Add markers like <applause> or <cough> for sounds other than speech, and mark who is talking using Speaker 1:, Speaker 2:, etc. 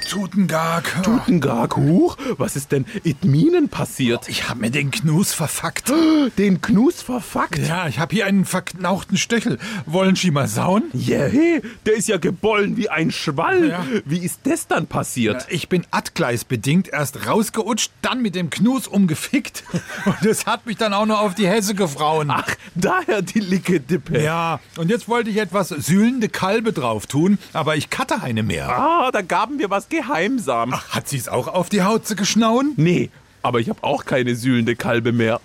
Speaker 1: Tutengag.
Speaker 2: Tutengag, huch, was ist denn in Minen passiert?
Speaker 1: Ich hab mir den Knus verfackt.
Speaker 2: Den Knus verfackt?
Speaker 1: Ja, ich hab hier einen verknauchten Stöchel. Wollen Sie mal sauen?
Speaker 2: Yeah, hey, der ist ja gebollen wie ein Schwall.
Speaker 1: Ja.
Speaker 2: Wie ist das dann passiert?
Speaker 1: Ich bin adgleisbedingt erst rausgeutscht, dann mit dem Knus umgefickt. <laughs> Und das hat mich dann auch noch auf die Hesse gefrauen.
Speaker 2: Ach, daher die linke Dippe.
Speaker 1: Ja, und jetzt wollte ich etwas sühlende Kalbe drauf tun, aber ich katte eine mehr.
Speaker 2: Ah, da gaben wir was geheimsam.
Speaker 1: Ach, hat sie's auch auf die Hauze geschnauen?
Speaker 2: Nee, aber ich habe auch keine sühlende Kalbe mehr.